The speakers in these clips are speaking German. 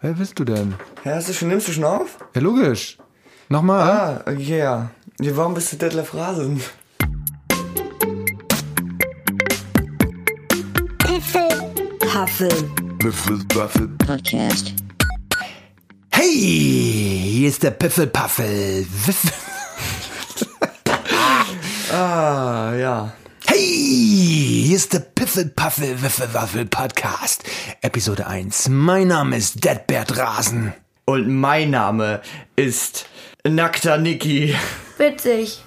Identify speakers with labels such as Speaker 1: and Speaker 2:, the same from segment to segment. Speaker 1: Wer bist du denn?
Speaker 2: Ja, hast du schon, nimmst du schon auf?
Speaker 1: Ja, logisch. Nochmal.
Speaker 2: Ah, yeah. Ja, Warum bist du Detlef Rasen?
Speaker 3: Huffel Podcast.
Speaker 1: Hey, hier ist der Piffelpaffel. Wiff-
Speaker 2: Ah, ja.
Speaker 1: Hey, hier ist der Piffelpaffel Wiffelwaffel Podcast. Episode 1. Mein Name ist Deadbert Rasen.
Speaker 2: Und mein Name ist Nackter Niki.
Speaker 4: Witzig.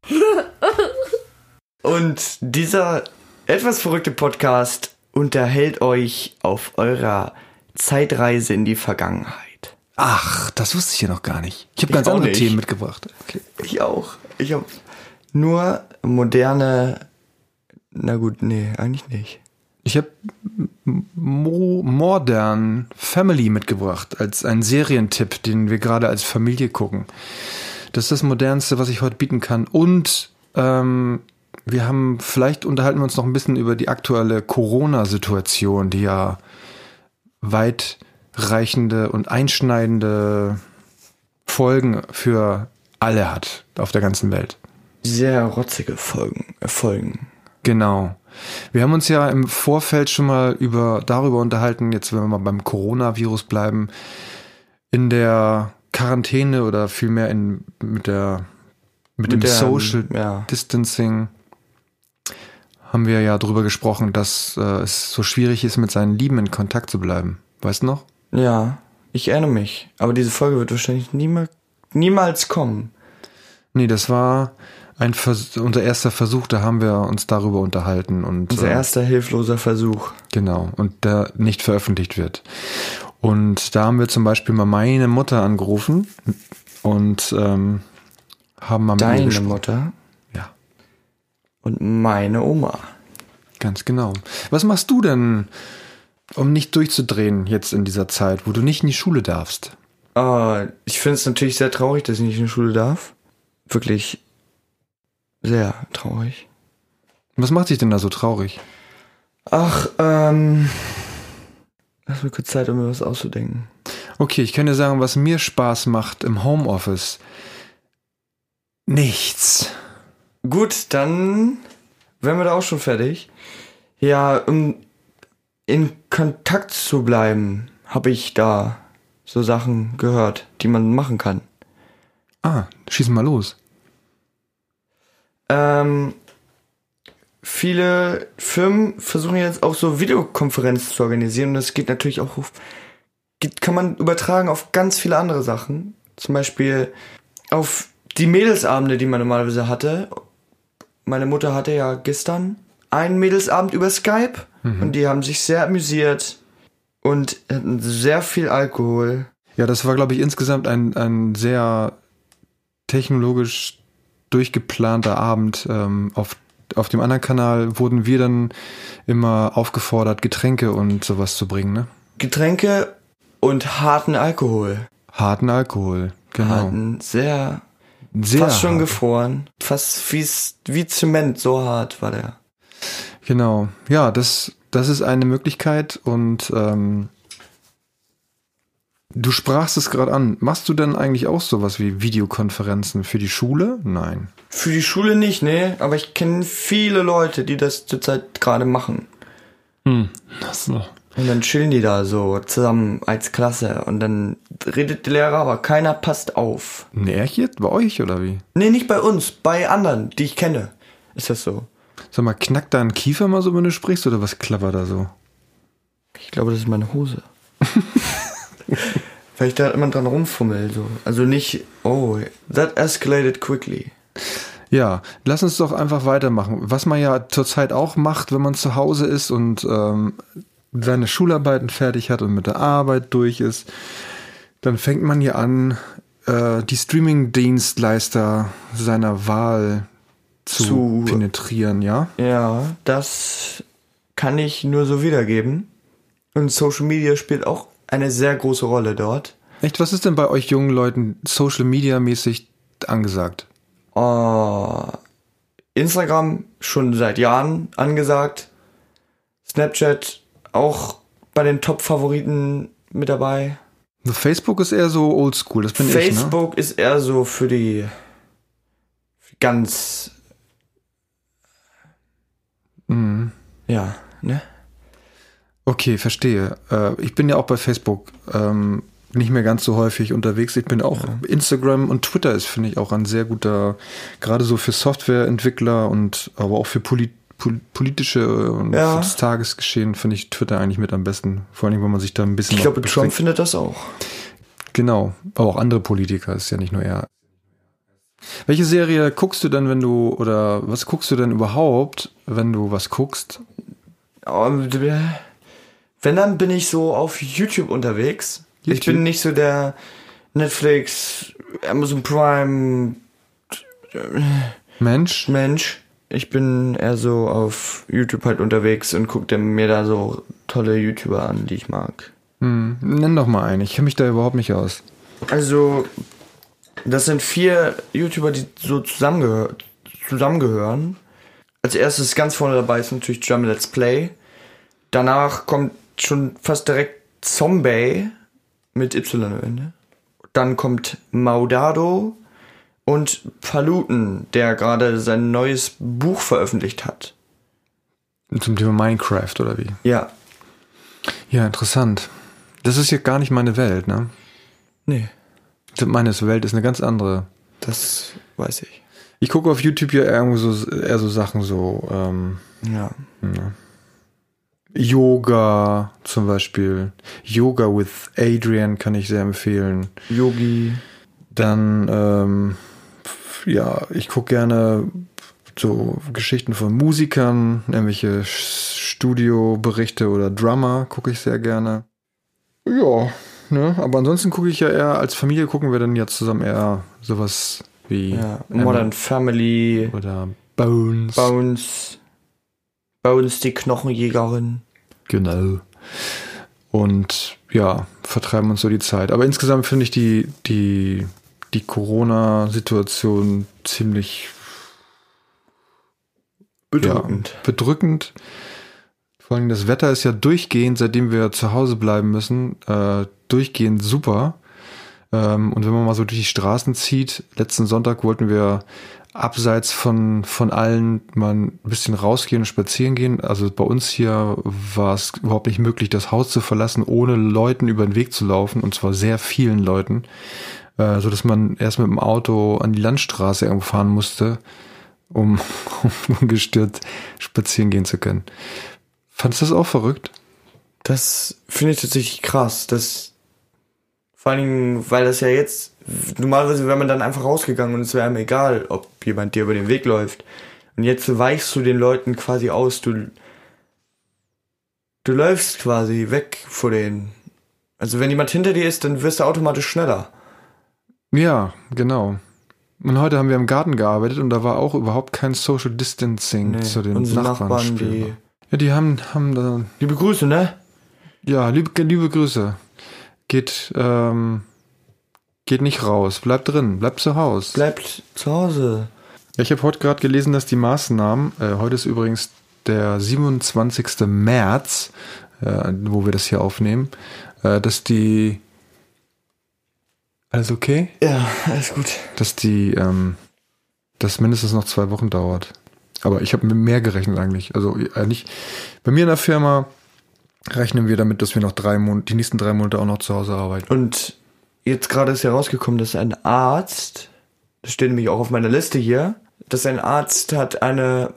Speaker 2: Und dieser etwas verrückte Podcast unterhält euch auf eurer Zeitreise in die Vergangenheit.
Speaker 1: Ach, das wusste ich ja noch gar nicht. Ich habe ganz
Speaker 2: auch
Speaker 1: andere
Speaker 2: nicht.
Speaker 1: Themen mitgebracht. Okay.
Speaker 2: Ich auch. Ich hab nur moderne. Na gut, nee, eigentlich nicht.
Speaker 1: Ich habe Mo Modern Family mitgebracht als einen Serientipp, den wir gerade als Familie gucken. Das ist das Modernste, was ich heute bieten kann. Und ähm, wir haben, vielleicht unterhalten wir uns noch ein bisschen über die aktuelle Corona-Situation, die ja weitreichende und einschneidende Folgen für alle hat auf der ganzen Welt.
Speaker 2: Sehr rotzige Folgen. äh, Folgen.
Speaker 1: Genau. Wir haben uns ja im Vorfeld schon mal über darüber unterhalten, jetzt wenn wir mal beim Coronavirus bleiben, in der Quarantäne oder vielmehr in mit der mit, dem
Speaker 2: der,
Speaker 1: Social
Speaker 2: ja.
Speaker 1: Distancing haben wir ja drüber gesprochen, dass äh, es so schwierig ist, mit seinen Lieben in Kontakt zu bleiben. Weißt du noch?
Speaker 2: Ja, ich erinnere mich. Aber diese Folge wird wahrscheinlich niemals, niemals kommen.
Speaker 1: Nee, das war ein Vers unser erster Versuch, da haben wir uns darüber unterhalten und
Speaker 2: Unser
Speaker 1: äh,
Speaker 2: erster hilfloser Versuch.
Speaker 1: Genau, und der nicht veröffentlicht wird. Und da haben wir zum Beispiel mal meine Mutter angerufen und ähm, haben mal mit ihr
Speaker 2: Deine
Speaker 1: gesprochen.
Speaker 2: Mutter
Speaker 1: Ja,
Speaker 2: und meine Oma.
Speaker 1: ganz genau. Was machst du denn, um nicht durchzudrehen jetzt in dieser Zeit, wo du nicht in die Schule darfst?
Speaker 2: Ah, ich finde es natürlich sehr traurig, dass ich nicht in die Schule darf. Wirklich sehr traurig.
Speaker 1: Was macht dich denn da so traurig?
Speaker 2: Ach, ähm. Lass mir kurz Zeit, um mir was auszudenken.
Speaker 1: Okay, ich kann dir sagen, was mir Spaß macht im Homeoffice. Nichts.
Speaker 2: Gut, dann wären wir da auch schon fertig. Ja, um in Kontakt zu bleiben, habe ich da so Sachen gehört, die man machen kann.
Speaker 1: Ah, schieß mal los.
Speaker 2: Ähm, viele Firmen versuchen jetzt auch so Videokonferenzen zu organisieren und das geht natürlich auch auf, geht, kann man übertragen auf ganz viele andere Sachen. Zum Beispiel auf die Mädelsabende, die man normalerweise hatte. Meine Mutter hatte ja gestern einen Mädelsabend über Skype und die haben sich sehr amüsiert und hatten sehr viel Alkohol.
Speaker 1: Ja, das war, glaube ich, insgesamt ein, ein sehr technologisch durchgeplanter Abend. Ähm, auf, auf dem anderen Kanal wurden wir dann immer aufgefordert, Getränke und sowas zu bringen, ne?
Speaker 2: Getränke und harten Alkohol.
Speaker 1: Harten Alkohol, genau.
Speaker 2: Harten, sehr
Speaker 1: Sehr
Speaker 2: fast schon
Speaker 1: hart.
Speaker 2: gefroren. Fast wie's, wie Zement, so hart war der.
Speaker 1: Genau. Ja, das, das ist eine Möglichkeit und ähm, du sprachst es gerade an. Machst du denn eigentlich auch sowas wie Videokonferenzen für die Schule? Nein.
Speaker 2: Für die Schule nicht, ne? Aber ich kenne viele Leute, die das zurzeit gerade machen.
Speaker 1: Ach so.
Speaker 2: Und dann chillen die da so zusammen als Klasse. Und dann redet der Lehrer, aber keiner passt auf.
Speaker 1: Ein Ärchit? Bei euch oder wie?
Speaker 2: Nee, nicht bei uns, bei anderen, die ich kenne. Ist das so?
Speaker 1: Sag mal, knackt da ein Kiefer mal so, wenn du sprichst, oder was klappert da so?
Speaker 2: Ich glaube, das ist meine Hose. Weil ich da immer dran rumfummel, so. Also nicht, oh, that escalated quickly.
Speaker 1: Ja, lass uns doch einfach weitermachen. Was man ja zurzeit auch macht, wenn man zu Hause ist und ähm, seine Schularbeiten fertig hat und mit der Arbeit durch ist, dann fängt man ja an, äh, die Streaming-Dienstleister seiner Wahl zu,
Speaker 2: Zu-
Speaker 1: penetrieren, ja?
Speaker 2: Ja, das kann ich nur so wiedergeben. Und Social Media spielt auch eine sehr große Rolle dort.
Speaker 1: Echt, was ist denn bei euch jungen Leuten Social Media mäßig angesagt?
Speaker 2: Oh, Instagram schon seit Jahren angesagt. Snapchat auch bei den Top-Favoriten mit dabei.
Speaker 1: Facebook ist eher so oldschool, das bin ich. Ne?
Speaker 2: Facebook ist eher so für die für ganz.
Speaker 1: Mhm.
Speaker 2: Ja, ne?
Speaker 1: Okay, verstehe. Äh, ich bin ja auch bei Facebook ähm, nicht mehr ganz so häufig unterwegs. Ich bin auch Instagram und Twitter ist, finde ich, auch ein sehr guter, gerade so für Softwareentwickler und aber auch für Poli pol politische äh, und
Speaker 2: Ja.
Speaker 1: das Tagesgeschehen finde ich Twitter eigentlich mit am besten. Vor allem, wenn man sich da ein bisschen.
Speaker 2: Ich glaube,
Speaker 1: noch
Speaker 2: Trump
Speaker 1: beschränkt.
Speaker 2: findet das auch.
Speaker 1: Genau, aber auch andere Politiker ist ja nicht nur er. Welche Serie guckst du denn, wenn du, oder was guckst du denn überhaupt, wenn du was guckst?
Speaker 2: Aber, äh, Wenn dann bin ich so auf YouTube unterwegs. Ich
Speaker 1: YouTube?
Speaker 2: bin nicht so der Netflix, Amazon Prime
Speaker 1: Mensch?
Speaker 2: Mensch. Ich bin eher so auf YouTube halt unterwegs und gucke mir da so tolle YouTuber an, die ich mag.
Speaker 1: Hm, nenn doch mal einen, ich kenne mich da überhaupt nicht aus.
Speaker 2: Also, das sind vier YouTuber, die so zusammengehör zusammengehören. Als erstes ganz vorne dabei ist natürlich Drum Let's Play. Danach kommt schon fast direkt Zombie mit Y am Ende. Dann kommt Maudado und Paluten, der gerade sein neues Buch veröffentlicht hat.
Speaker 1: Zum Thema Minecraft oder wie?
Speaker 2: Ja.
Speaker 1: Ja, interessant. Das ist ja gar nicht meine Welt, ne?
Speaker 2: Nee,
Speaker 1: Meine Welt ist eine ganz andere.
Speaker 2: das weiß ich.
Speaker 1: Ich gucke auf YouTube ja eher so, eher so Sachen so, ähm,
Speaker 2: Ja.
Speaker 1: Yoga zum Beispiel. Yoga with Adrian kann ich sehr empfehlen.
Speaker 2: Yogi.
Speaker 1: Dann, ähm, f- ja, ich gucke gerne so Geschichten von Musikern, irgendwelche Sch- Studioberichte oder Drummer gucke ich sehr gerne. Ja, ne? Aber ansonsten gucke ich ja eher, als Familie gucken wir dann ja zusammen eher sowas wie
Speaker 2: Ja.
Speaker 1: Emma
Speaker 2: Modern Family.
Speaker 1: oder Bones.
Speaker 2: Bones. Bones, die Knochenjägerin.
Speaker 1: Genau. Und ja, vertreiben uns so die Zeit. Aber insgesamt finde ich die, die, die Corona-Situation ziemlich
Speaker 2: Bedrückend.
Speaker 1: Ja, bedrückend. Vor allem das Wetter ist ja durchgehend, seitdem wir zu Hause bleiben müssen, äh, durchgehend super. Ähm, und wenn man mal so durch die Straßen zieht, letzten Sonntag wollten wir abseits von, von allen mal ein bisschen rausgehen und spazieren gehen. Also bei uns hier war es überhaupt nicht möglich, das Haus zu verlassen, ohne Leuten über den Weg zu laufen, und zwar sehr vielen Leuten, äh, so dass man erst mit dem Auto an die Landstraße irgendwo fahren musste, um ungestört spazieren gehen zu können. Fandest du das auch verrückt?
Speaker 2: Das finde ich tatsächlich krass. Das vor allen Dingen, weil das ja jetzt normalerweise wäre man dann einfach rausgegangen und es wäre einem egal, ob jemand dir über den Weg läuft. Und jetzt weichst du den Leuten quasi aus. Du du läufst quasi weg vor denen. Also wenn jemand hinter dir ist, dann wirst du automatisch schneller.
Speaker 1: Ja, genau. Und heute haben wir im Garten gearbeitet und da war auch überhaupt kein Social Distancing
Speaker 2: Nee,
Speaker 1: zu den
Speaker 2: unsere
Speaker 1: Nachbarn.
Speaker 2: Nachbarn, die-
Speaker 1: spürbar. ja, die haben, haben da,
Speaker 2: Liebe Grüße, ne?
Speaker 1: ja, liebe, liebe Grüße. Geht, ähm, geht nicht raus, bleibt drin, bleibt zu Hause.
Speaker 2: Bleibt zu Hause.
Speaker 1: Ja, ich habe heute gerade gelesen, dass die Maßnahmen, äh, heute ist übrigens der 27. März, äh, wo wir das hier aufnehmen, äh, dass die, alles okay?
Speaker 2: Ja, alles gut.
Speaker 1: dass die, ähm, das mindestens noch zwei Wochen dauert. Aber ich habe mit mehr gerechnet eigentlich. Also äh, nicht. Bei mir in der Firma rechnen wir damit, dass wir noch drei Monate, die nächsten drei Monate auch noch zu Hause arbeiten.
Speaker 2: Und jetzt gerade ist ja rausgekommen, dass ein Arzt, das steht nämlich auch auf meiner Liste hier, dass ein Arzt hat eine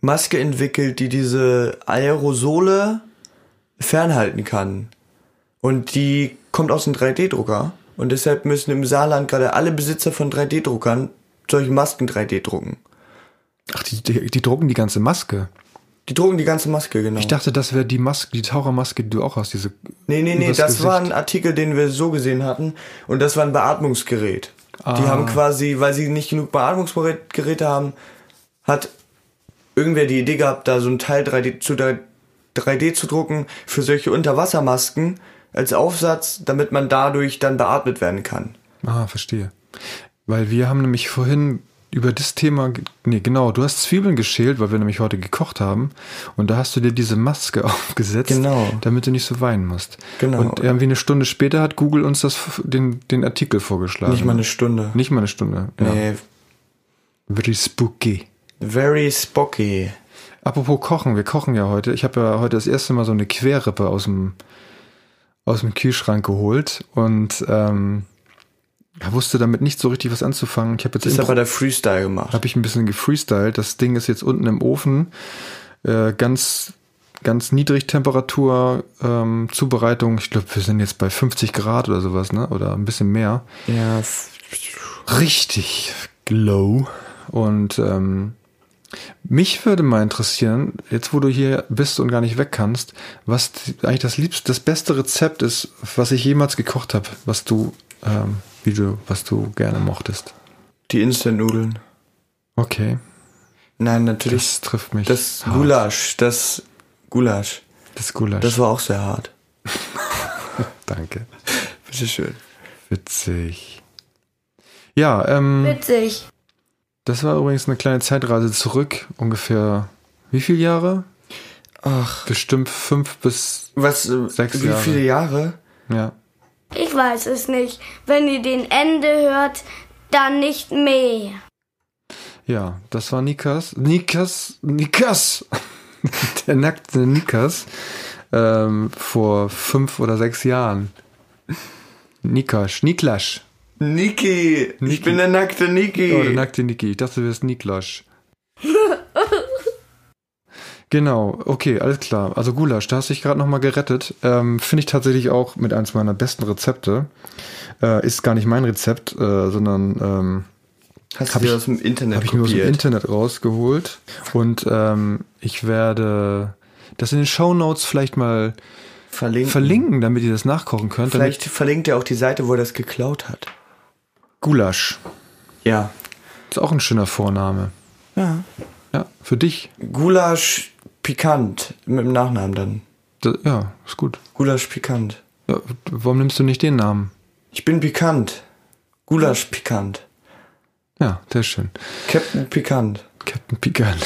Speaker 2: Maske entwickelt, die diese Aerosole fernhalten kann. Und die kommt aus einem 3D-Drucker. Und deshalb müssen im Saarland gerade alle Besitzer von 3D-Druckern solche Masken 3D drucken.
Speaker 1: Ach, die, die, die drucken die ganze Maske.
Speaker 2: Die drucken die ganze Maske, genau.
Speaker 1: Ich dachte, das wäre die Maske, die Tauchermaske, die du auch hast, diese.
Speaker 2: Nee, nee, nee,
Speaker 1: übers
Speaker 2: das war ein
Speaker 1: Gesicht.
Speaker 2: Artikel, den wir so gesehen hatten. Und das war ein Beatmungsgerät. Die haben quasi, weil sie nicht genug Beatmungsgeräte haben, hat irgendwer die Idee gehabt, da so ein Teil 3D zu, 3D zu drucken für solche Unterwassermasken als Aufsatz, damit man dadurch dann beatmet werden kann.
Speaker 1: Ah, verstehe. Weil wir haben nämlich vorhin über das Thema, ge- nee, genau, du hast Zwiebeln geschält, weil wir nämlich heute gekocht haben. Und da hast du dir diese Maske aufgesetzt,
Speaker 2: Genau.
Speaker 1: damit du nicht so weinen musst.
Speaker 2: Genau.
Speaker 1: Und irgendwie eine Stunde später hat Google uns das, f- den, den Artikel vorgeschlagen.
Speaker 2: Nicht mal eine Stunde.
Speaker 1: Nicht mal eine Stunde. Ja.
Speaker 2: Nee,
Speaker 1: Very spooky.
Speaker 2: very spocky.
Speaker 1: Apropos Kochen, wir kochen ja heute. Ich habe ja heute das erste Mal so eine Querrippe aus dem, aus dem Kühlschrank geholt und ähm, ja, wusste damit nicht so richtig was anzufangen. Ich habe jetzt
Speaker 2: Das
Speaker 1: Impro-
Speaker 2: hat aber der Freestyle gemacht.
Speaker 1: habe ich ein bisschen gefreestylt. Das Ding ist jetzt unten im Ofen. Äh, ganz, ganz niedrig Temperatur, ähm, Zubereitung. Ich glaube, wir sind jetzt bei 50 Grad oder sowas, ne? Oder ein bisschen mehr.
Speaker 2: Ja,
Speaker 1: Richtig glow. Und ähm, mich würde mal interessieren, jetzt wo du hier bist und gar nicht weg kannst, was die- eigentlich das liebste, das beste Rezept ist, was ich jemals gekocht habe, was du, ähm, wie du, was du gerne mochtest.
Speaker 2: die Instant-Nudeln.
Speaker 1: Okay,
Speaker 2: Nein, natürlich.
Speaker 1: das trifft mich.
Speaker 2: Das,
Speaker 1: hart.
Speaker 2: Gulasch, das Gulasch.
Speaker 1: Das Gulasch.
Speaker 2: Das war auch sehr hart.
Speaker 1: Danke.
Speaker 2: Bitteschön.
Speaker 1: Witzig. Ja, ähm,
Speaker 4: Witzig.
Speaker 1: das war übrigens eine kleine Zeitreise zurück. Ungefähr wie viele Jahre?
Speaker 2: Ach,
Speaker 1: Bestimmt fünf bis
Speaker 2: was, äh,
Speaker 1: Sechs
Speaker 2: wie
Speaker 1: Jahre.
Speaker 2: viele Jahre?
Speaker 1: ja.
Speaker 4: Ich weiß es nicht. Wenn ihr den Ende hört, dann nicht mehr.
Speaker 1: Ja, das war Nikas. Nikas, Nikas! Der nackte Nikas ähm, vor fünf oder sechs Jahren. Nikasch, Niklasch.
Speaker 2: Niki,
Speaker 1: Niki.
Speaker 2: ich bin der nackte Niki.
Speaker 1: Oh, der nackte Niki. Ich dachte, du wärst Niklasch. genau, okay, alles klar. Also Gulasch, da hast du dich gerade nochmal gerettet. Ähm, Finde ich tatsächlich auch mit eins meiner besten Rezepte. Äh, ist gar nicht mein Rezept, äh, sondern... Ähm,
Speaker 2: Hast du
Speaker 1: Hab
Speaker 2: dir
Speaker 1: ich-
Speaker 2: aus dem Internet
Speaker 1: Habe ich mir aus dem
Speaker 2: kopiert?
Speaker 1: Internet rausgeholt. Und ähm, ich werde das in den Shownotes vielleicht mal
Speaker 2: Verlinken.
Speaker 1: verlinken, damit ihr das nachkochen könnt.
Speaker 2: Vielleicht verlinkt er auch die Seite, wo er das geklaut hat.
Speaker 1: Damit Gulasch.
Speaker 2: Ja.
Speaker 1: Ist auch ein schöner Vorname.
Speaker 2: Ja.
Speaker 1: Ja, für dich.
Speaker 2: Gulasch pikant mit dem Nachnamen dann.
Speaker 1: Da- ja, ist gut.
Speaker 2: Gulasch pikant.
Speaker 1: Ja, warum nimmst du nicht den Namen?
Speaker 2: Ich bin pikant. Gulasch pikant.
Speaker 1: Ja, sehr schön.
Speaker 2: Captain Pikant.
Speaker 1: Captain Picard.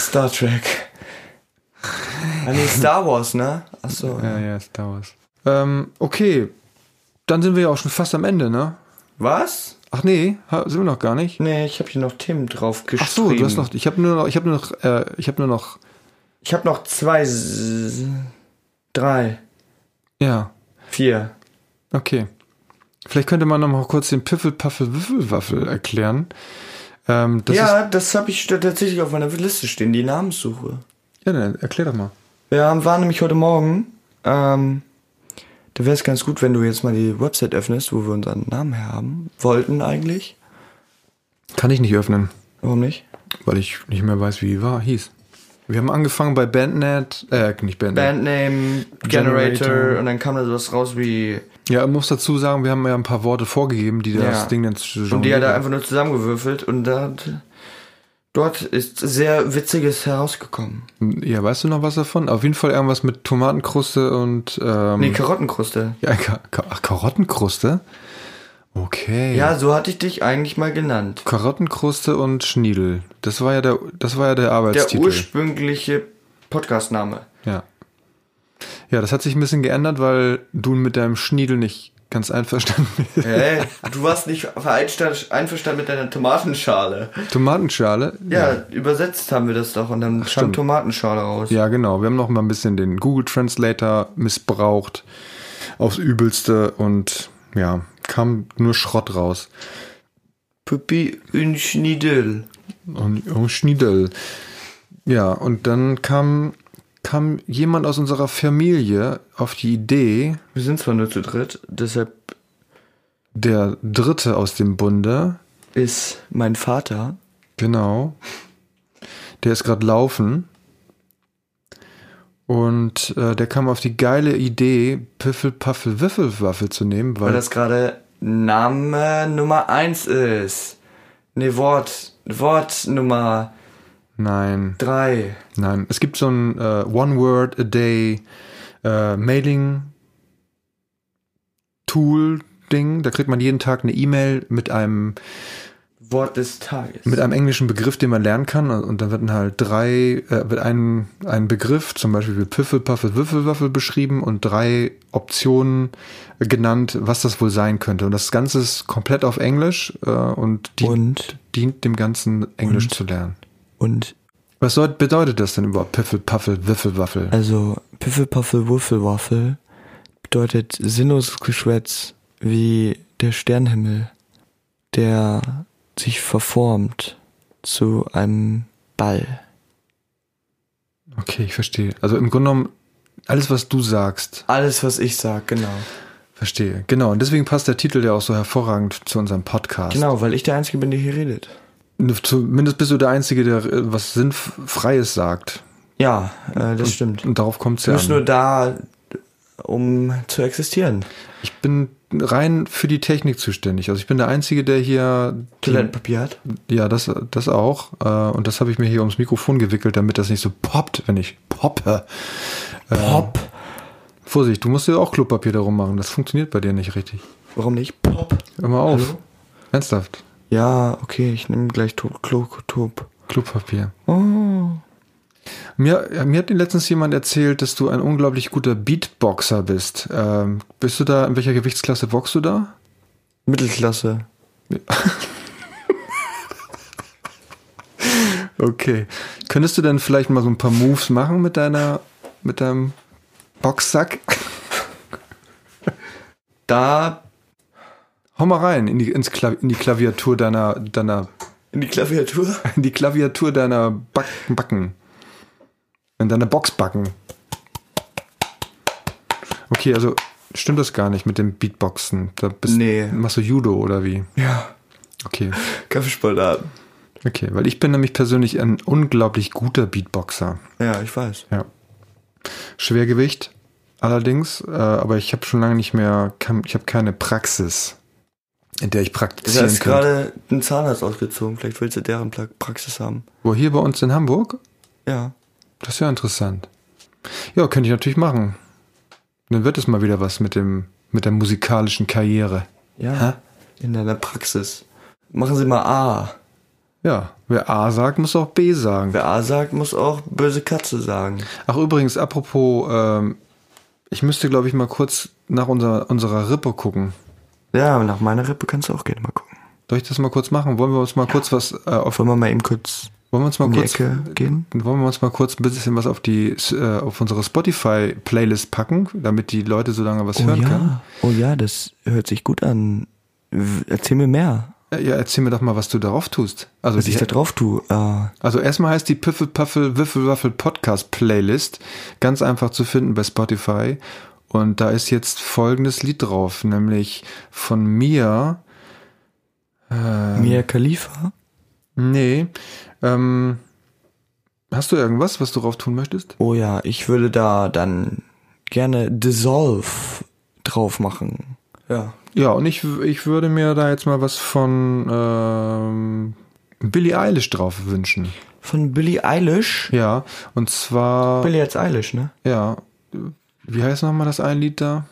Speaker 2: Star Trek. Ah, nee, Star Wars, ne? Achso.
Speaker 1: ja, ja, Star Wars. Ähm, okay. Dann sind wir ja auch schon fast am Ende, ne?
Speaker 2: Was?
Speaker 1: Ach nee, ha- sind wir noch gar nicht.
Speaker 2: Nee, ich habe hier noch Themen drauf geschrieben.
Speaker 1: Ach so, du hast noch. Ich habe nur noch. Ich habe nur noch. Äh, ich habe nur noch.
Speaker 2: Ich habe noch zwei, s- drei,
Speaker 1: Ja.
Speaker 2: vier.
Speaker 1: Okay. Vielleicht könnte man noch mal kurz den Piffel-Paffel-Wiffel-Waffel erklären. Ähm, das ist,
Speaker 2: ja, das habe ich tatsächlich auf meiner Liste stehen, die Namenssuche.
Speaker 1: ja dann erklär doch mal.
Speaker 2: Wir haben- waren nämlich heute Morgen. Ähm, da wäre es ganz gut, wenn du jetzt mal die Website öffnest, wo wir unseren Namen her haben wollten eigentlich.
Speaker 1: Kann ich nicht öffnen,
Speaker 2: Warum nicht?
Speaker 1: weil ich nicht mehr weiß, wie die war, hieß. Wir haben angefangen bei Bandnet, äh, nicht Bandnet.
Speaker 2: Bandname, Generator,
Speaker 1: Generator.
Speaker 2: und dann kam da sowas raus wie.
Speaker 1: Ja, man muss dazu sagen, wir haben ja ein paar Worte vorgegeben, die das
Speaker 2: Ja.
Speaker 1: Ding dann zu
Speaker 2: Und die hat er
Speaker 1: jonglieren.
Speaker 2: einfach nur zusammengewürfelt und da, dort ist sehr Witziges herausgekommen.
Speaker 1: Ja, weißt du noch was davon? Auf jeden Fall irgendwas mit Tomatenkruste und, ähm,
Speaker 2: Nee, Karottenkruste.
Speaker 1: ja, Ka Ka Ach, Karottenkruste? Okay.
Speaker 2: Ja, so hatte ich dich eigentlich mal genannt.
Speaker 1: Karottenkruste und Schniedel. Das war ja der, das war ja der
Speaker 2: Der
Speaker 1: Arbeitstitel.
Speaker 2: ursprüngliche Podcastname.
Speaker 1: Ja. Ja, das hat sich ein bisschen geändert, weil du mit deinem Schniedel nicht ganz einverstanden bist.
Speaker 2: Hey, Äh, du warst nicht vereinsta- einverstanden mit deiner Tomatenschale.
Speaker 1: Tomatenschale?
Speaker 2: Ja, übersetzt haben wir das doch und dann kam
Speaker 1: stimmt.
Speaker 2: Tomatenschale raus.
Speaker 1: Ja, genau. Wir haben noch mal ein bisschen den Google Translator missbraucht aufs Übelste und ja, kam nur Schrott raus.
Speaker 2: Püppi in Schniedel.
Speaker 1: Und oh, Schniedel. Ja, und dann kam, kam jemand aus unserer Familie auf die Idee,
Speaker 2: Wir sind zwar nur zu dritt, deshalb
Speaker 1: der Dritte aus dem Bunde,
Speaker 2: ist mein Vater.
Speaker 1: Genau. Der ist gerade laufen. Und äh, der kam auf die geile Idee, Piffel, Paffel, Wiffel, Waffel zu nehmen, weil,
Speaker 2: Weil das gerade Name Nummer 1 ist. Ne, Wort. Wort Nummer
Speaker 1: Nein,
Speaker 2: 3.
Speaker 1: nein. Es gibt so ein äh, One-Word-A-Day äh, Mailing-Tool-Ding. Da kriegt man jeden Tag eine E-Mail mit einem
Speaker 2: Wort des Tages.
Speaker 1: mit einem englischen Begriff, den man lernen kann. Und dann werden halt drei, äh, wird ein, ein Begriff, zum Beispiel wie Piffel, Puffel, Würfel, Waffel beschrieben und drei Optionen äh, genannt, was das wohl sein könnte. Und das Ganze ist komplett auf Englisch äh, und, dient,
Speaker 2: Und?
Speaker 1: dient dem Ganzen Englisch zu lernen.
Speaker 2: Und
Speaker 1: Was soll, bedeutet das denn überhaupt? Piffel, Puffel, Würfel, Waffel?
Speaker 2: also Piffelpuffel Wurfelwaffel bedeutet sinnloses Geschwätz wie der Sternenhimmel, der sich verformt zu einem Ball.
Speaker 1: Okay, ich verstehe. Also im Grunde genommen, alles, was du sagst,
Speaker 2: Alles, was ich sag, genau.
Speaker 1: verstehe. Genau. Und deswegen passt der Titel ja auch so hervorragend zu unserem Podcast.
Speaker 2: Genau, weil ich der Einzige bin, der hier redet.
Speaker 1: Zumindest bist du der Einzige, der äh, was Sinnfreies sagt.
Speaker 2: Ja, äh, das stimmt.
Speaker 1: Und darauf kommt es
Speaker 2: Du
Speaker 1: ja
Speaker 2: bist nur
Speaker 1: an.
Speaker 2: da, um zu existieren.
Speaker 1: Ich bin rein für die Technik zuständig. Also ich bin der Einzige, der hier...
Speaker 2: Toilettenpapier hat.
Speaker 1: Ja, das, das auch. Äh, Und das habe ich mir hier ums Mikrofon gewickelt, damit das nicht so poppt, wenn ich poppe.
Speaker 2: Pop.
Speaker 1: Vorsicht, du musst dir auch Klopapier darum machen. Das funktioniert bei dir nicht richtig.
Speaker 2: Warum nicht? Pop.
Speaker 1: Hör mal auf. Ernsthaft.
Speaker 2: Ja, okay, ich nehme gleich to Klo Top.
Speaker 1: Klopapier.
Speaker 2: Oh.
Speaker 1: Mir, mir hat letztens jemand erzählt, dass du ein unglaublich guter Beatboxer bist. Ähm, bist du da, in welcher Gewichtsklasse boxst du da?
Speaker 2: Mittelklasse.
Speaker 1: Okay. Könntest du dann vielleicht mal so ein paar Moves machen mit deiner, mit deinem Boxsack?
Speaker 2: Da
Speaker 1: Hau mal rein in die, ins Kla- in die Klaviatur deiner, deiner,
Speaker 2: in die Klaviatur.
Speaker 1: in die Klaviatur deiner Back Backen. In deiner Boxbacken. Okay, also stimmt das gar nicht mit dem Beatboxen. Da bist,
Speaker 2: Nee.
Speaker 1: Machst du Judo oder wie?
Speaker 2: Ja.
Speaker 1: Okay.
Speaker 2: Kaffeespaldaten.
Speaker 1: Okay, weil ich bin nämlich persönlich ein unglaublich guter Beatboxer.
Speaker 2: Ja, ich weiß.
Speaker 1: Ja. Schwergewicht allerdings, äh, aber ich habe schon lange nicht mehr, kann, ich habe keine Praxis, in der ich
Speaker 2: Da
Speaker 1: praktizieren
Speaker 2: ist
Speaker 1: könnte.
Speaker 2: gerade ein Zahnarzt ausgezogen. Vielleicht willst du deren Pla- Praxis haben.
Speaker 1: Wo hier bei uns in Hamburg?
Speaker 2: Ja.
Speaker 1: Das ist ja interessant. Ja, könnte ich natürlich machen. Dann wird es mal wieder was mit dem mit der musikalischen Karriere.
Speaker 2: Ja.
Speaker 1: Hä?
Speaker 2: In deiner Praxis. Machen Sie mal A.
Speaker 1: Ja, wer A sagt, muss auch B sagen.
Speaker 2: Wer A sagt, muss auch böse Katze sagen.
Speaker 1: Ach übrigens, apropos, ähm, ich müsste glaube ich mal kurz nach unserer unserer Rippe gucken.
Speaker 2: Ja, nach meiner Rippe kannst du auch gerne mal gucken.
Speaker 1: Soll ich das mal kurz machen? Wollen wir uns mal kurz was äh, auf
Speaker 2: Wollen wir mal eben kurz
Speaker 1: wollen wir uns mal
Speaker 2: um die
Speaker 1: kurz
Speaker 2: Ecke gehen?
Speaker 1: wollen wir uns mal kurz ein bisschen was auf die äh, auf unsere Spotify Playlist packen, damit die Leute so lange was
Speaker 2: Oh
Speaker 1: hören
Speaker 2: ja.
Speaker 1: können?
Speaker 2: Oh ja, das hört sich gut an. W- Erzähl mir mehr,
Speaker 1: Äh, Ja, erzähl mir doch mal, was du darauf tust. Also
Speaker 2: was
Speaker 1: die,
Speaker 2: ich da drauf tue. Äh,
Speaker 1: also erstmal heißt die Piffel Puffel Wiffel Waffel Podcast Playlist ganz einfach zu finden bei Spotify und da ist jetzt folgendes Lied drauf, nämlich von mir
Speaker 2: Mia Khalifa?
Speaker 1: Nee. Ähm, hast du irgendwas, was du drauf tun möchtest?
Speaker 2: Oh ja, ich würde da dann gerne Dissolve drauf machen. Ja.
Speaker 1: Ja, und ich, ich würde mir da jetzt mal was von ähm, Billie Eilish drauf wünschen.
Speaker 2: Von Billie Eilish?
Speaker 1: Ja, und zwar,
Speaker 2: Billie als Eilish, ne?
Speaker 1: ja, wie heißt nochmal das ein Lied da?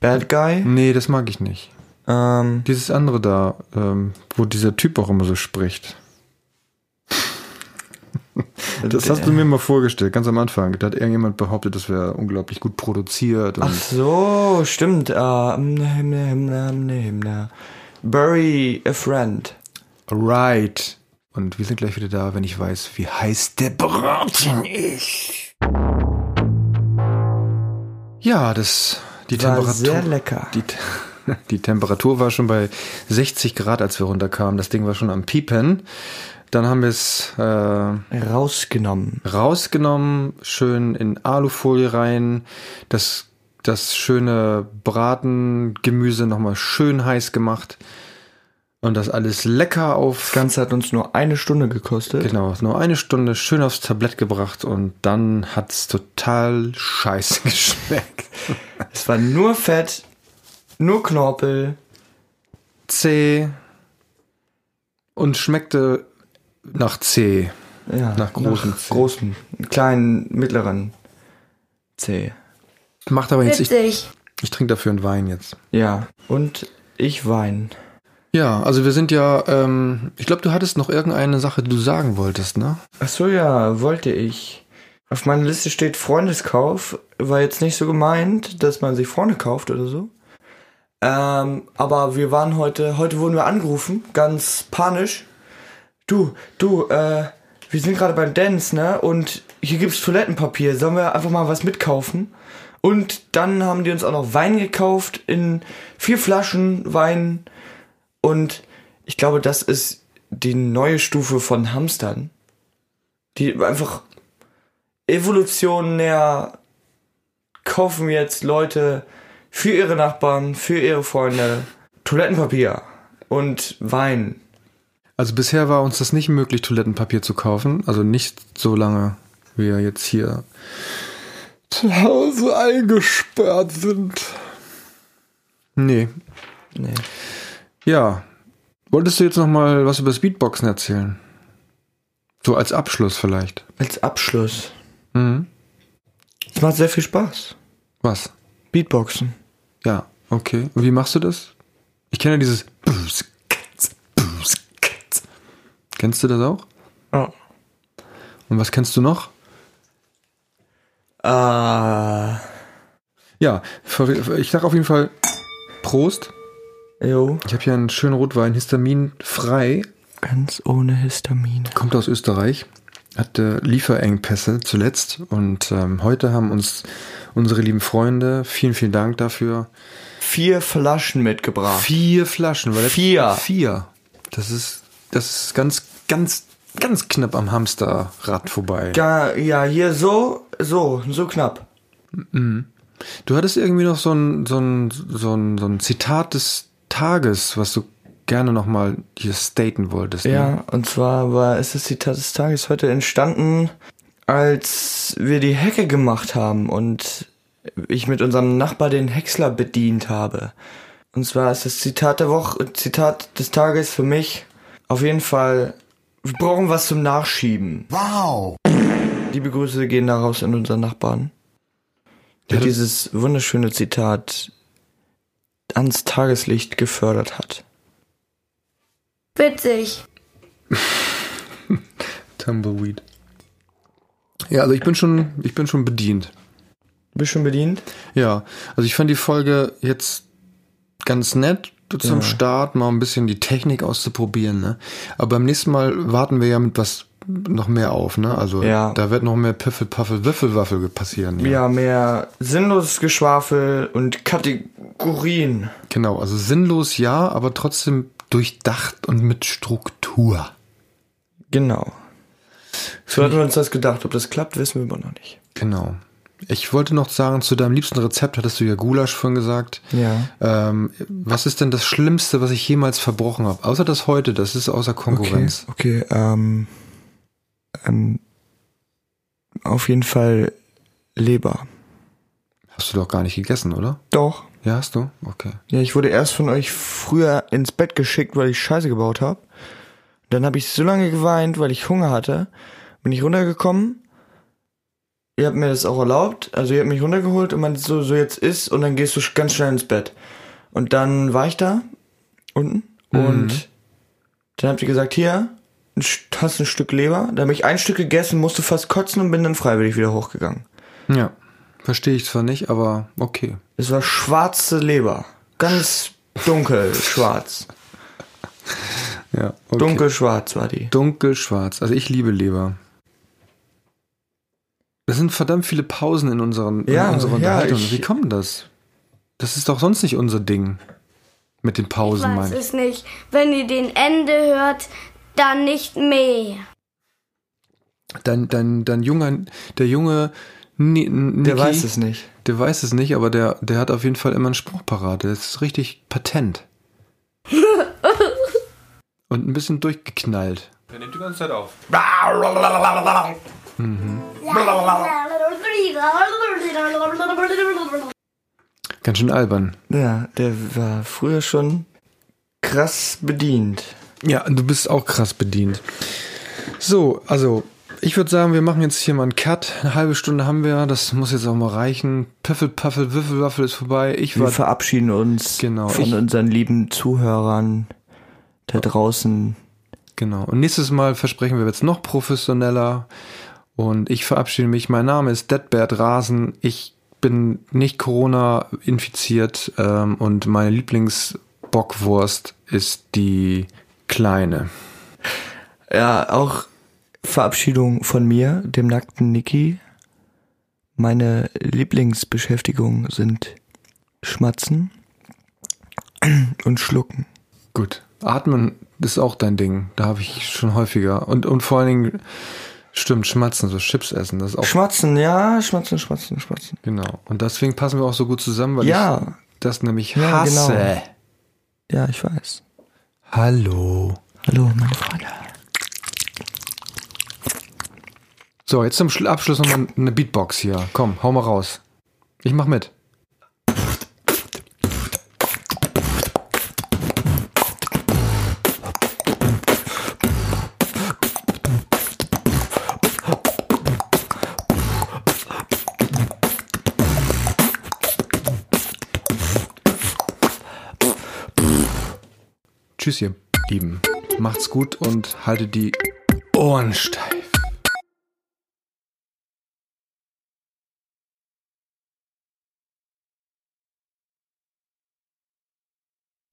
Speaker 2: Bad Guy?
Speaker 1: Nee, das mag ich nicht.
Speaker 2: Ähm,
Speaker 1: Dieses andere da, ähm, wo dieser Typ auch immer so spricht. Das hast du mir mal vorgestellt, ganz am Anfang. Da hat irgendjemand behauptet, das wäre unglaublich gut produziert. Und
Speaker 2: Ach so, stimmt. Ähm, ne, ne, ne, ne. Bury a Friend.
Speaker 1: Right. Und wir sind gleich wieder da, wenn ich weiß, wie heiß der Braten ist. Ja, das die
Speaker 2: War
Speaker 1: Temperatur.
Speaker 2: sehr lecker.
Speaker 1: Die, Te- die Temperatur war schon bei 60 Grad, als wir runterkamen. Das Ding war schon am Piepen. Dann haben wir es äh,
Speaker 2: Rausgenommen.
Speaker 1: rausgenommen, schön in Alufolie rein, das, das schöne Bratengemüse nochmal schön heiß gemacht. Und das alles lecker auf.
Speaker 2: Das Ganze hat uns nur eine Stunde gekostet.
Speaker 1: Genau, nur eine Stunde schön aufs Tablett gebracht und dann hat's total scheiße geschmeckt.
Speaker 2: Es war nur Fett, nur Knorpel.
Speaker 1: C und schmeckte nach C.
Speaker 2: Ja,
Speaker 1: Nach großen C.
Speaker 2: großen, kleinen, mittleren C.
Speaker 1: Macht aber jetzt, ich,
Speaker 4: Witzig.
Speaker 1: ich trinke dafür einen Wein jetzt.
Speaker 2: Ja. Und ich wein.
Speaker 1: Ja, also wir sind ja, ähm, ich glaube, du hattest noch irgendeine Sache, die du sagen wolltest, ne?
Speaker 2: Ach so, ja, wollte ich. Auf meiner Liste steht Freundeskauf. War jetzt nicht so gemeint, dass man sich Freunde kauft oder so. Ähm, aber wir waren heute, heute wurden wir angerufen, ganz panisch. Du, du, äh, wir sind gerade beim Dance, ne? Und hier gibt's Toilettenpapier. Sollen wir einfach mal was mitkaufen? Und dann haben die uns auch noch Wein gekauft in vier Flaschen Wein. Und ich glaube, das ist die neue Stufe von Hamstern. Die einfach evolutionär kaufen jetzt Leute für ihre Nachbarn, für ihre Freunde Toilettenpapier und Wein.
Speaker 1: Also bisher war uns das nicht möglich, Toilettenpapier zu kaufen. Also nicht so lange wir jetzt hier zu Hause eingesperrt sind. Nee.
Speaker 2: Nee.
Speaker 1: Ja. Wolltest du jetzt noch mal was über das Beatboxen erzählen? So als Abschluss vielleicht.
Speaker 2: Als Abschluss.
Speaker 1: Mhm.
Speaker 2: Es macht sehr viel Spaß.
Speaker 1: Was?
Speaker 2: Beatboxen.
Speaker 1: Ja, okay. Und wie machst du das? Ich kenne ja dieses Kennst du das auch?
Speaker 2: Ja.
Speaker 1: Und was kennst du noch?
Speaker 2: Ah.
Speaker 1: Ja, ich sag auf jeden Fall Prost.
Speaker 2: Jo.
Speaker 1: Ich habe hier einen schönen Rotwein, histaminfrei,
Speaker 2: Ganz ohne Histamine.
Speaker 1: kommt aus Österreich, hatte Lieferengpässe zuletzt und ähm, heute haben uns unsere lieben Freunde, vielen, vielen Dank dafür,
Speaker 2: Vier Flaschen mitgebracht.
Speaker 1: vier Flaschen. Weil das-
Speaker 2: Vier.
Speaker 1: Vier. Das ist, das ist ganz, ganz, ganz knapp am Hamsterrad vorbei.
Speaker 2: Ja, ja, hier so, so, so knapp.
Speaker 1: Du hattest irgendwie noch so ein, so ein, so ein, so ein Zitat des Tages, was du gerne nochmal hier staten wolltest. ne?
Speaker 2: Ja, und zwar war ist das Zitat des Tages heute entstanden, als wir die Hecke gemacht haben und ich mit unserem Nachbar den Häcksler bedient habe. Und zwar ist das Zitat der Woche, Zitat des Tages für mich auf jeden Fall, wir brauchen was zum Nachschieben. Wow! Liebe Grüße gehen daraus an unseren Nachbarn,
Speaker 1: Ja,
Speaker 2: der
Speaker 1: das-
Speaker 2: dieses wunderschöne Zitat ans Tageslicht gefördert hat.
Speaker 4: Witzig.
Speaker 1: Tumbleweed. Ja, also ich bin schon, ich bin schon bedient.
Speaker 2: Bist schon bedient?
Speaker 1: Ja, also ich fand die Folge jetzt ganz nett so zum Start, mal ein bisschen die Technik auszuprobieren. Ne? Aber beim nächsten Mal warten wir ja mit was noch mehr auf. Ne? Also
Speaker 2: Ja.
Speaker 1: da wird noch mehr Piffel, Paffel, Wiffelwaffel passieren. ja.
Speaker 2: Ja, mehr sinnloses Geschwafel und Kategorien.
Speaker 1: Genau, also sinnlos ja, aber trotzdem durchdacht und mit Struktur.
Speaker 2: Genau. So hatten wir uns das gedacht. Ob das klappt, wissen wir immer noch nicht.
Speaker 1: Genau. Ich wollte noch sagen, zu deinem liebsten Rezept hattest du ja Gulasch vorhin gesagt.
Speaker 2: Ja.
Speaker 1: Ähm, was ist denn das Schlimmste, was ich jemals verbrochen habe? Außer das heute, das ist außer Konkurrenz.
Speaker 2: Okay, ähm, ähm, auf jeden Fall Leber.
Speaker 1: Hast du doch gar nicht gegessen, oder?
Speaker 2: Doch.
Speaker 1: Ja, hast du? Okay.
Speaker 2: Ja, ich wurde erst von euch früher ins Bett geschickt, weil ich Scheiße gebaut habe. Dann habe ich so lange geweint, weil ich Hunger hatte. Bin ich runtergekommen. Ihr habt mir das auch erlaubt. Also ihr habt mich runtergeholt und man so, so jetzt ist und dann gehst du sch- ganz schnell ins Bett. Und dann war ich da unten und dann habt ihr gesagt, hier, ein St- hast ein Stück Leber. Da habe ich ein Stück gegessen, musste fast kotzen und bin dann freiwillig wieder hochgegangen.
Speaker 1: Ja. Verstehe ich zwar nicht, aber okay.
Speaker 2: Es war schwarze Leber. Ganz dunkel schwarz.
Speaker 1: Ja. Okay.
Speaker 2: Dunkelschwarz war die.
Speaker 1: Dunkelschwarz. Also ich liebe Leber. Das sind verdammt viele Pausen in, unseren,
Speaker 2: Ja,
Speaker 1: in unserer
Speaker 2: ja,
Speaker 1: Unterhaltung.
Speaker 2: ich-
Speaker 1: Wie kommt das? Das ist doch sonst nicht unser Ding. Mit den
Speaker 4: Ich
Speaker 1: Pausen,
Speaker 4: weiß
Speaker 1: meine ich.
Speaker 4: es nicht. Wenn ihr den Ende hört, dann nicht mehr.
Speaker 1: Dein, dein, dein junger, der junge Ni Niki,
Speaker 2: Der weiß es nicht.
Speaker 1: Der weiß es nicht, aber der, der hat auf jeden Fall immer einen Spruch parat. Der ist richtig patent. Und ein bisschen durchgeknallt.
Speaker 5: Der nimmt die ganze Zeit auf.
Speaker 1: Mhm. Ganz schön albern.
Speaker 2: Ja, der war früher schon krass bedient.
Speaker 1: Ja, du bist auch krass bedient. So, also, ich würde sagen, wir machen jetzt hier mal einen Cut. Eine halbe Stunde haben wir, das muss jetzt auch mal reichen. Piffel, Paffel, Wiffel, Waffel ist vorbei. Ich
Speaker 2: Wir
Speaker 1: war.
Speaker 2: verabschieden uns
Speaker 1: Genau,
Speaker 2: von
Speaker 1: ich-
Speaker 2: unseren lieben Zuhörern. da draußen.
Speaker 1: Genau. Und nächstes Mal versprechen wir jetzt noch professioneller. Und ich verabschiede mich. Mein Name ist Deadbert Rasen. Ich bin nicht Corona infiziert ähm, und meine Lieblingsbockwurst ist die kleine.
Speaker 2: Ja, auch Verabschiedung von mir, dem nackten Niki. Meine Lieblingsbeschäftigung sind Schmatzen und Schlucken.
Speaker 1: Oh. Gut. Atmen ist auch dein Ding. Da habe ich schon häufiger. Und, und vor allen Dingen, stimmt, Schmatzen, so Chips essen. Das ist auch.
Speaker 2: Schmatzen, ja, Schmatzen, Schmatzen, Schmatzen.
Speaker 1: genau. Und deswegen passen wir auch so gut zusammen, weil ich
Speaker 2: Ja,
Speaker 1: das nämlich
Speaker 2: Ja,
Speaker 1: hasse.
Speaker 2: genau. ja, ich weiß.
Speaker 1: Hallo.
Speaker 2: Hallo, meine Freunde.
Speaker 1: So, jetzt zum Schlu- Abschluss nochmal eine Beatbox hier. Komm, hau mal raus. Ich mach mit. Tschüss, ihr Lieben. Macht's gut und haltet die Ohren steif.